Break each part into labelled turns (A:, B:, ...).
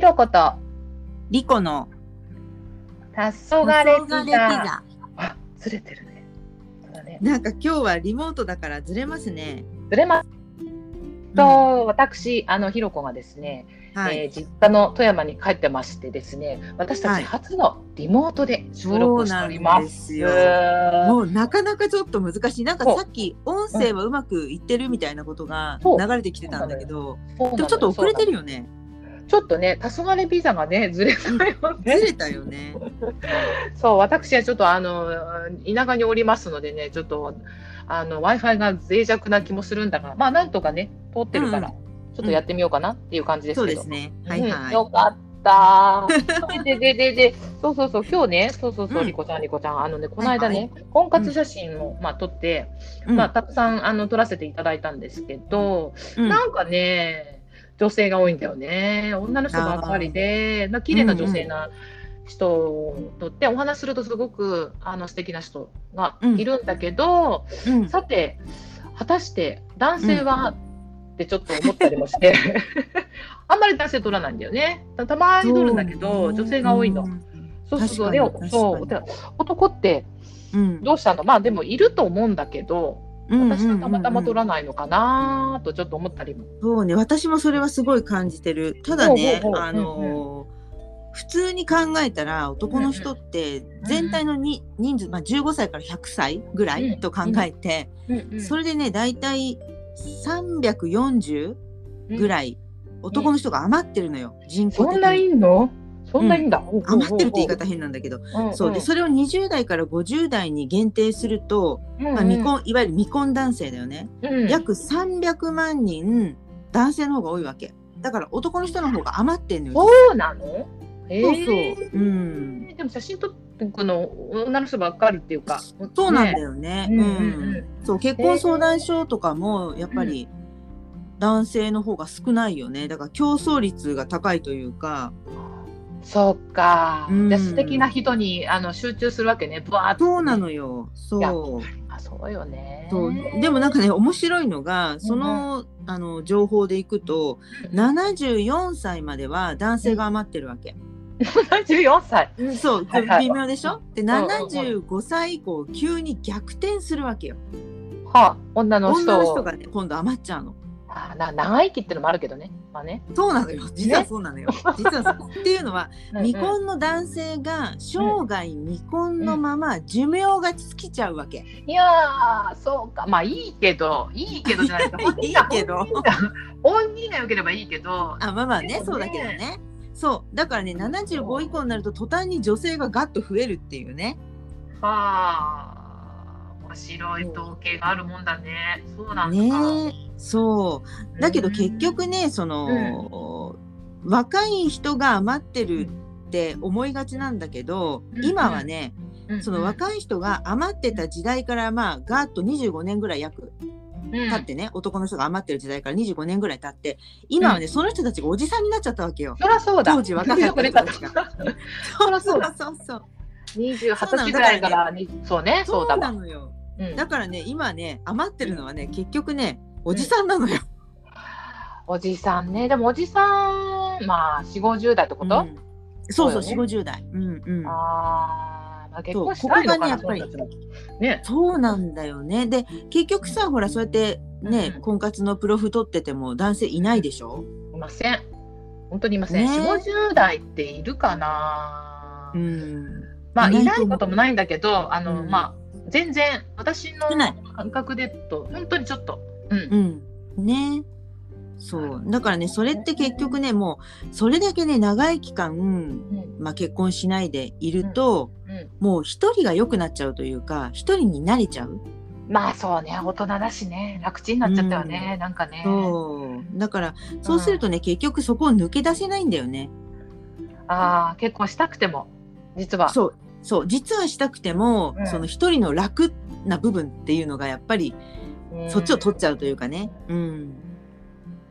A: ろこと
B: リコの
A: 黄昏ピザ
B: 黄昏ピザ
A: あずれてるねそうだね
B: なんか今日はリモートだからずれますね。
A: ずれます
B: うん
A: と、私あのひろこがですね、
B: はい。
A: えー実家の富山に帰ってましてですね私た
B: はい
A: ち初のリモートで収録をしており
B: そうな
A: ま。
B: んですすよもうなかなかちょっと難しい。なんかさっき音声はうまくいってるみたいなことが
A: そう
B: 流れてきてたんだけ
A: そう
B: ど、
A: なの
B: でもちょっと遅れてる
A: よ。
B: よね。
A: ちょっとね、黄昏ビザがね、ずれたよ
B: ず
A: ね。
B: れたよね。
A: そう、私はちょっとあの、田舎におりますのでね、ちょっと、あの、Wi-Fi が脆弱な気もするんだが、まあ、なんとかね、通ってるから、
B: う
A: ちょっとやってみようかなっていう感じです
B: そう
A: け
B: で
A: ど。
B: すね。はい
A: うん
B: はい。
A: よかった。ででででで、そうそうそう、今日ね、そうそうそうう、
B: ん
A: リコちゃん、リコちゃん、あのね、この間ね、婚活写真を、まあ、撮って、
B: うん
A: まあ、たくさん、あの、撮らせていただいたんですけど、
B: うん
A: なんかね、女性が多いんだよね。女の人ばっかりで、な綺麗な女性な人をとって、お話しするとすごくあの素敵な人がいるんだけど、
B: うん
A: さて、果たして男性は、ってちょっと思ったりもして、 あんまり男性取らないんだよね。たたまに取るんだけど、女性が多いの。。そうそうそう。で
B: 確かに
A: そう
B: 確
A: で
B: か
A: 男って
B: うん。
A: どうしたのまあでもいると思うんだけど、
B: うん
A: 私はたまたま取ら
B: うんうん
A: ないのかなとちょっと思ったりも。
B: そうね。私もそれはすごい感じてる。ただね
A: ほうほうほう
B: あのー普通に考えたら男の人って全体のに人数まあ15歳から100歳ぐら
A: う
B: い
A: ん
B: と考えて、そ
A: れ
B: れでね大体340ぐらい男の人が余ってるのよ、人口
A: そ
B: 的
A: んない
B: に。
A: んのそんないんだ。
B: 余ってるって言い方変なんだけど、そうでそれを20代から50代に限定すると、
A: れ
B: まあ、未婚いわゆる未婚男性だよね、約300万人男性の方が多いわけだから男の人の方が余ってんのよ、
A: そうなのえ
B: そうそう、
A: ー
B: うん、
A: でも写真撮ってくの女の人ばっかりっていうか。
B: そうなんだ
A: ね
B: よね
A: う
B: うんん
A: うん
B: そう結婚相談所とかもやっぱり男性の方が少ないよねだから競争率が高いというか
A: そうか。
B: うん
A: じゃあ素敵な人にあの集中するわけね。ぶわーっと。
B: そうなのよそう
A: やっぱりあそうよね。
B: そう でもなんかね面白いのがその,、あの情報でいくと74歳までは男性が余ってるわけ、
A: 74歳。
B: そう
A: はいはい
B: 微妙でしょで
A: んうん
B: 75歳以降急に逆転するわけよ
A: はあ、女の
B: 女
A: 人
B: の
A: を
B: 人がね今度余っちゃうの
A: あな長生きってのもあるけどね。まあね。
B: そうなのよ実はそうなのよ実は そうっていうのは
A: うんうん
B: 未婚の男性が生涯未婚のまま寿命が尽きちゃうわけ、
A: いやー、そうか。まあいいけど、いいけどじゃないか。本人が
B: いいけど
A: 本人が本人が良ければいいけど、
B: あまあまあね
A: ね
B: そうだけどねそうだからね75以降になると途端に女性がガッと増えるっていうね
A: はあ、面白い統計があるもんだね。そうなんだ。
B: ねえそうだけど結局ねその、若い人が余ってるって思いがちなんだけど、
A: うん
B: 今はね
A: うん、
B: その若い人が余ってた時代からまあガーッと25年ぐらい約
A: うん
B: 経ってね、男の人が余ってる時代から25年ぐらい経って今はね、その人たちがおじさんになっちゃったわけよ。
A: そりゃそうだ。
B: 当時若かった人たちが。
A: そりゃそうだ。
B: そうそう
A: 二十八歳ぐらいからに、そうね、
B: そ
A: そうう
B: な
A: だわ。
B: のよ。
A: うん
B: だからね今ね余ってるのはね結局ねおじさんなのよ。
A: おじさんね、でもおじさん、まあ四五十代ってこと？
B: うんそうそう
A: そう
B: 4
A: よ
B: 五十代。うんうん。
A: あーまあ、結婚し
B: そう
A: ないのかな、
B: ここがねやっぱり
A: その人たちもね。
B: そうなんだよね。で結局さほらそうやってね、
A: うん
B: 婚活のプロフ取ってても男性いないでしょ。
A: いません。本当にいません。
B: ね
A: 四五十代っているかな。
B: うん。
A: まあ
B: いないい
A: な
B: と思う
A: いこともないんだけど、あの、
B: うん
A: まあ全然私の
B: 少ない
A: 感覚でと本当にちょっと。うん。
B: うん。ね。そうだからねそれって結局ねもうそれだけね長い期間、
A: うん
B: まあ、結婚しないでいると、
A: うん
B: もう一人が良くなっちゃうというか一人に慣れちゃう、
A: まあそうね、大人だしね、楽ちんになっちゃったよね、なんかね。
B: そうだからそうするとね、結局そこを抜け出せないんだよね。
A: ああ、結婚したくても、実は。
B: そうそう実はしたくても、
A: うん
B: その一人の楽な部分っていうのがやっぱり
A: うん
B: そっちを取っちゃうというかね。うん。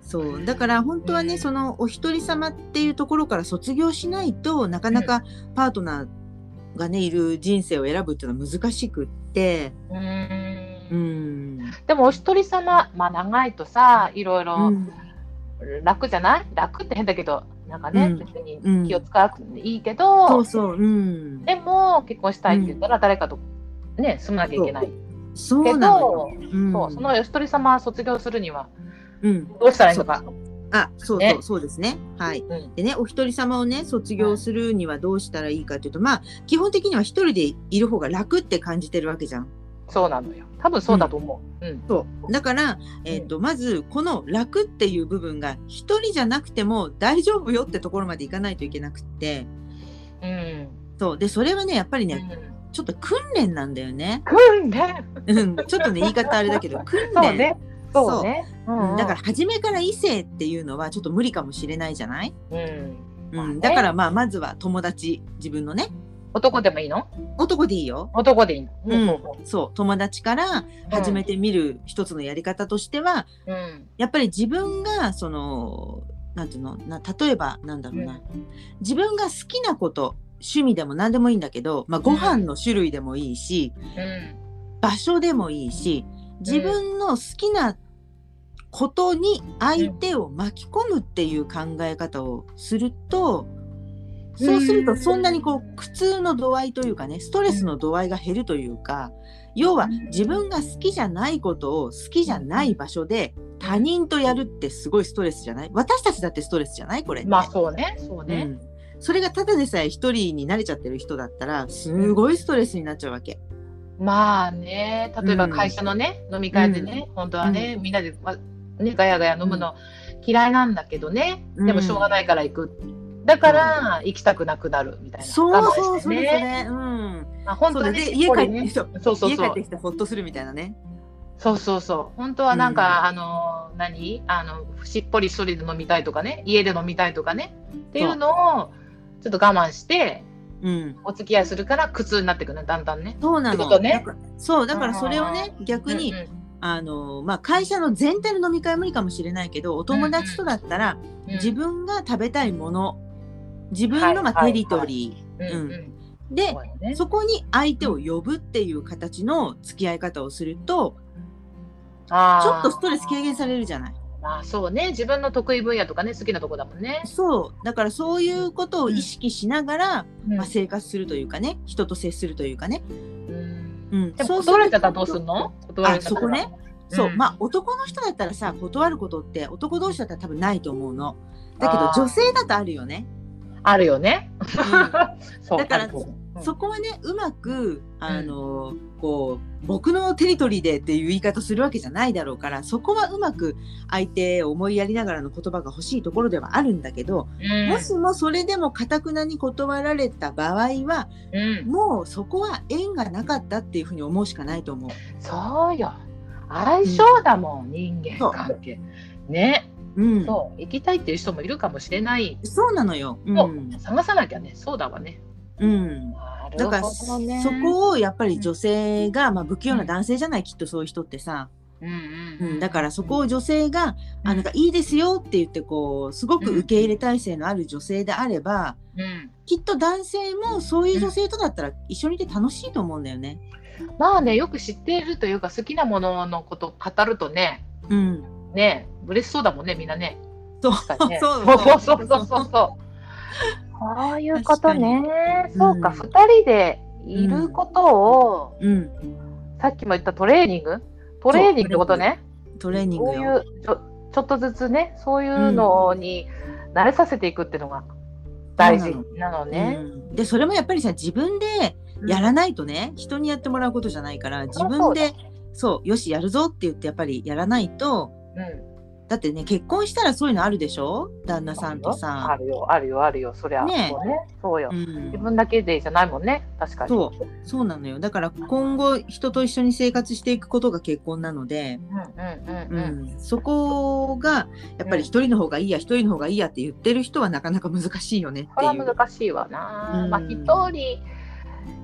B: そう。だから本当はね、そのお一人様っていうところから卒業しないとなかなかパートナーがね、いる人生を選ぶっていうのは難しくって。
A: う。
B: うんん。
A: でもお一人様、まあ長いとさ、いろいろ
B: うん
A: 楽じゃない楽って変だけど、なんかね、
B: うん
A: 別
B: うん
A: に気を使わなくていいけど、
B: そうそう、うん。
A: でも結婚したいって言ったら誰かと、ね、住まなきゃいけない
B: そ
A: け
B: うなのよ。
A: ど、
B: うん
A: そうそのお一人様卒業するには
B: うん。
A: どうしたらいいのか。
B: あ、そうそ
A: ね
B: う、そうですね。はい。
A: うん
B: でね、お一人様をね、卒業するにはどうしたらいいかというと、まあ、基本的には一人でいる方が楽って感じてるわけじゃん。
A: そうなのよ。多分そうだと思う。うん。
B: そう。だから、えっ、と、まず、この楽っていう部分が、一人じゃなくても大丈夫よってところまでいかないといけなくって、
A: うん。
B: そう。で、それはね、やっぱり
A: う
B: ね、
A: ん
B: ちょっと訓練なんだよね。
A: 訓練。
B: うん。ちょっとね、言い方あれだけど、訓練。
A: そうね。そうね。
B: うん
A: うん
B: だから、初めから異性っていうのは、ちょっと無理かもしれないじゃない
A: うん。まあ
B: う
A: ね
B: ん、だからまあまずは友達自分のね
A: 男でもいいの？
B: 男でいいよ
A: 男でいいの。
B: うんそう友達から始めてみる一つのやり方としては、
A: うん。うん。
B: やっぱり自分がそのなんていうのな例えばなんだろうな、
A: うん
B: 自分が好きなこと趣味でも何でもいいんだけど、まあ、ご飯の種類でもいいし、
A: うん
B: 場所でもいいし自分の好きなことに相手を巻き込むっていう考え方をすると、
A: うん
B: そうするとそんなにこう苦痛の度合いというかねストレスの度合いが減るというか要は自分が好きじゃないことを好きじゃない場所で他人とやるってすごいストレスじゃない私たちだってストレスじゃないこれって。
A: まあそうね。そう
B: う
A: ね。
B: んそれがただでさえ一人に慣れちゃってる人だったらすごいストレスになっちゃうわけ。
A: まあね。例えば会社のね、飲み会でね、本当はね、みんなでまねガヤガヤ飲むの嫌いなんだけどね。
B: うん
A: でもしょうがないから行く。だから行きたくなくなるみたいな。
B: そう
A: 我慢して
B: そうそれそ
A: ね
B: れ。うん。
A: まあ本
B: そう
A: 当
B: だ
A: は
B: ね
A: ね、し
B: 家
A: っぽり
B: 帰って
A: ね
B: そう
A: そうそう
B: 家帰
A: そう
B: って。きてほっとするみたいなね。
A: そうそうそう。本当はなんか、あの、何あの、しっぽり一人で飲みたいとかね、家で飲みたいとかね、っていうのを、ちょっと我慢して、
B: うん。
A: お付き合いするから苦痛になってくるね、だんだんね。
B: そうな
A: ってこ
B: の。
A: とね
B: だからそうだからそれをね逆に、
A: うん
B: あのまあ会社の全体の飲み会は無理かもしれないけどお友達とだったら、
A: うん
B: 自分が食べたいもの自分のまあ
A: はい
B: テリトリ
A: うん
B: うん
A: うん
B: ーで
A: そうだよね
B: そこに相手を呼ぶっていう形の付き合い方をすると
A: あー
B: ちょっとストレス軽減されるじゃない。
A: まあそうね、自分の得意分野とかね、好きなとこだもんね。
B: そうだからそういうことを意識しながら、
A: うん
B: まあ、生活するというかね人と接するというかね。
A: うん
B: うん、
A: でも
B: そうす
A: 断られちゃったら
B: と
A: どうすんの断られちゃったら
B: あそこね。そう、
A: うん
B: まあ男の人だったらさ断ることって男同士だったら多分ないと思うのだけど
A: あー
B: 女性だとあるよ ね、
A: あるよね。 そう
B: だから
A: あると思ううん
B: そこはねうまくあの、こう僕のテリトリーでっていう言い方するわけじゃないだろうからそこはうまく相手を思いやりながらの言葉が欲しいところではあるんだけど、
A: うん
B: もしもそれでもかたくなに断られた場合は
A: うん
B: もうそこは縁がなかったっていうふうに思うしかないと思う。
A: そうよ。相性だもん、人
B: そう
A: 間関係。ね、
B: うん、そ
A: そう、行きたいっていう人もいるかもしれない。
B: うなのよ、う
A: そ
B: ん
A: う、探さなきゃね、そうだわね。
B: うん、
A: なる
B: だ
A: ほ
B: から
A: ど
B: そ
A: ね。
B: こをやっぱり女性が、まあ、不器用な男性じゃない、きっとそういう人ってさ、
A: うん
B: う、
A: うんん、
B: だからそこを女性が「
A: うん
B: あなんかいいですよ」って言ってこうすごく受け入れ体制のある女性であれば、
A: うん、
B: きっと男性もそういう女性とだったら一緒にいて楽しいと思うんだよね。
A: まあね、よく知っているというか、好きなもののことを語るとね。
B: うん、
A: ね、嬉しそうだもんね、みんなね。
B: そう
A: 確かにね
B: そう
A: そうそうそうそうそう。そういうことね。
B: に
A: そうか、
B: うん
A: 二、人でいることを、
B: うん、
A: さっきも言ったトレーニング。トレーニングってことね。
B: トレーニン
A: こ
B: グ
A: うい
B: よ。
A: うちょちょっとずつねそういうのに慣れさせていくっていうのが大事なのね。
B: うんでそれもやっぱりさ自分でやらないとね、人にやってもらうことじゃないから自分でそうよしやるぞって言ってやっぱりやらないと
A: うん
B: だってね結婚したらそういうのあるでしょ旦那さんと
A: あ
B: さ。
A: るよあるよあるよそりゃ、
B: ねえ
A: そうねそうよ、
B: うん
A: 自分だけでじゃないもんね確かに
B: そうそうなのよだから今後人と一緒に生活していくことが結婚なので、
A: うんうん
B: う
A: うんうん、
B: んそこがやっぱり一人の方がいいや一人の方がいいやって言ってる人はなかなか難しいよねっ
A: こ
B: て
A: れはい難しいわな、
B: うん
A: まあ一人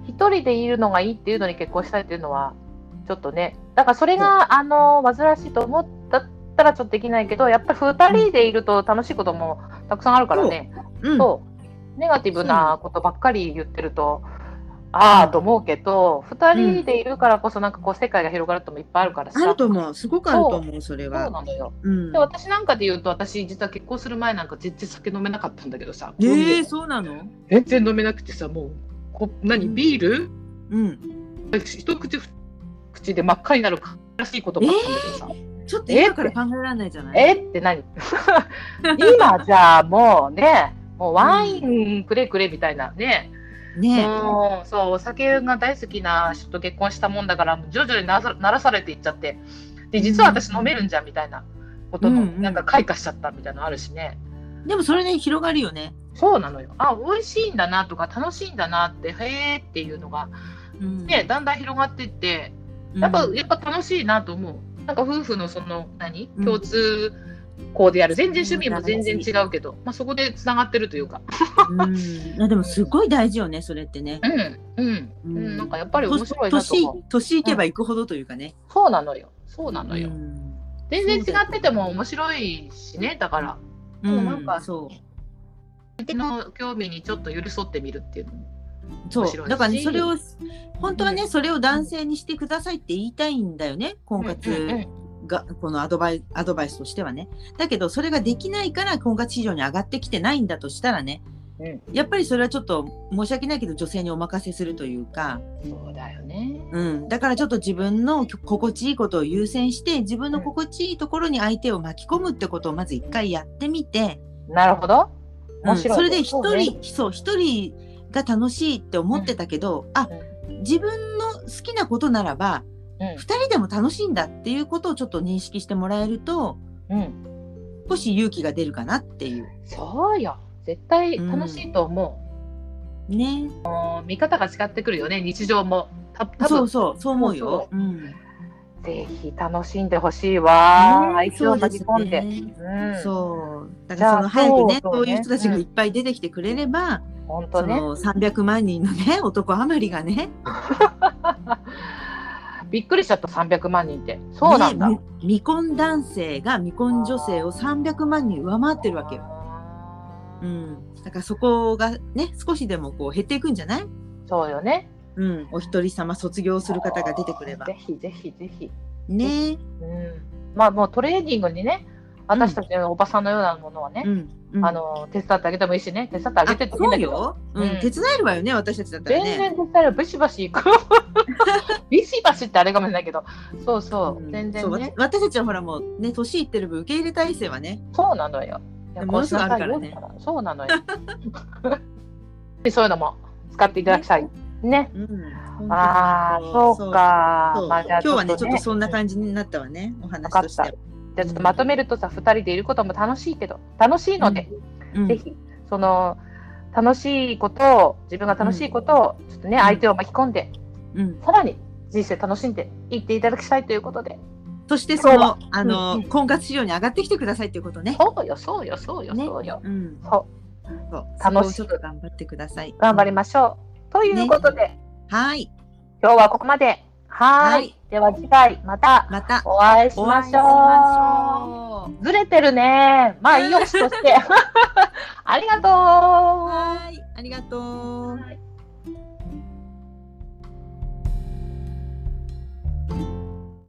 A: 一人でいるのがいいっていうのに結婚したいっていうのはちょっとねだからそれがあの煩わしいと思ったらちょっとできないけどやっぱり二人でいると楽しいこともたくさんあるからね、
B: う。うん
A: そうネガティブなことばっかり言ってると、ああと思うけど、二人でいるからこそなんかこう世界が広がるともいっぱいあるからさ。
B: あると思う。すごくあると思う、それ
A: そうな
B: は。
A: のよ。
B: うん
A: で、私なんかで言うと、私実は結婚する前なんか全然酒飲めなかったんだけどさ。
B: ええ、そうなの
A: 全然飲めなくてさ、もう、こ何、
B: うん
A: ビール
B: うん。
A: 一口二口で真っ赤になるからしいことがあったんだけどさ。
B: ちょっと今から考えられないじゃない
A: えって何 今じゃあもうね、もうワインくれくれみたいなね、
B: ね
A: もうそう、お酒が大好きな人と結婚したもんだから、徐々にならならされていっちゃって、で、実は私飲めるんじゃんみたいなことも、
B: うんうん
A: なんか開花しちゃったみたいなのあるしね。
B: でもそれね、広がるよね。
A: そうなのよ。あ、美味しいんだなとか、楽しいんだなって、へーっていうのが、
B: うん
A: ね、だんだん広がってって、やっぱ、やっぱ楽しいなと思う。なんか夫婦のその、何
B: うん
A: 共通項でやる。全然趣味も全然違うけど、まあそこで繋がってるというか。
B: うんいやでもすごい大事よね、それってね
A: う。ん、うん、
B: う
A: うん。なんかやっぱり面白いなと
B: 年
A: 思う。
B: 年いけばいくほどというかね。
A: そうなのよ。そうなのよ。
B: ん
A: 全然違ってても面白いしね、だから。
B: う
A: もうなんか
B: そう
A: 相手の興味にちょっと寄り添ってみるっていうのも。
B: そ
A: 面白いうし
B: だからねそれを本当はねそれを男性にしてくださいって言いたいんだよね婚
A: うんうん
B: 活がこのアドバイアドバイスとしてはねだけどそれができないから婚活市場に上がってきてないんだとしたらね
A: うん
B: やっぱりそれはちょっと申し訳ないけど女性にお任せするというか、
A: そうだよね。
B: うん、だからちょっと自分の心地いいことを優先して自分の心地いいところに相手を巻き込むってことをまず一回やってみて、
A: なるほど。
B: うん
A: 面白い。
B: それで一
A: そうね
B: 人そう一、人が楽しいって思ってたけど、あ自分の好きなことならば
A: う
B: 二人でも楽しいんだっていうことをちょっと認識してもらえると
A: ん、うん、
B: 少し勇気が出るかなっていう
A: そうよ絶対楽しいと思
B: ね
A: う、見方が違ってくるよね日常もた多
B: そう
A: 分
B: そうそう思うよ。うん
A: ぜひ楽しんでほしいわ
B: ね
A: 相手を巻き込んで
B: そうですね
A: うん
B: そうだ
A: じ
B: か
A: ゃ
B: ら
A: あ
B: その早くね
A: そう
B: そういう人たちが
A: うん
B: いっぱい出てきてくれれば、
A: 本当
B: そ
A: ね
B: の300万人のね男余りがね
A: びっくりしちゃった300万人ってそうなんだ、
B: ねみ未婚男性が未婚女性を300万人上回ってるわけよ。
A: あ
B: う
A: ー
B: ん、だからそこがね少しでもこう減っていくんじゃない、
A: そうよね
B: うん、お一人様卒業する方が出てくれば
A: ぜ。ひぜひぜひ
B: ね
A: うんまあもうトレーニングにね私たちのおばさんのようなものはね
B: う、んうん、
A: あの手伝ってあげてもいいしね手伝ってあ
B: あ
A: げてってもいいん
B: そ
A: だ
B: う
A: けど
B: よ、うん
A: うん
B: 手伝えるわよね私たちだったら
A: 全
B: ね。
A: 然絶対あれバシバシ行く ビシバシってあれかもしれないけどそうそう、
B: うん
A: 全
B: そ
A: 然
B: うわ
A: ね
B: 私たちはほらもうね年いってる分受け入れ体制はね
A: そうなのよいや
B: ものすごいあるからね
A: こうしなさいよそうなのよそういうのも使っていただきたいね
B: うん
A: ああそうか
B: そう
A: まあ、じゃあ
B: 今日はねちょっとそんな
A: じ
B: 感じになったわね、お
A: わ
B: 話
A: かっ
B: として
A: た
B: は
A: じゃあちょっとまとめるとさ2人でいることも楽しいけど楽しいので、
B: うん
A: ぜひその楽しいことを自分が楽しいことを、ちょっとね相手を巻き込んで
B: うん、
A: さらに人生楽しんでいっていただきたいということで
B: そしてそ
A: 今
B: のあの、
A: うんうん
B: 婚活市場に上がってきてくださいっていうことね。
A: そうよ、そうよ、そうよ、
B: ね
A: そうよ。
B: うん、
A: そう
B: そう
A: 楽しい
B: そこをちょっと頑張ってください。
A: 頑張りましょう。ということで、
B: はい
A: 今日はここまで。はーい
B: はい
A: では次回、また
B: また
A: お会いしましょ
B: ょう。
A: う。ずれてるね。 まあ、いいよしとして。ありがとう。
B: はい、ありがとう。
A: はい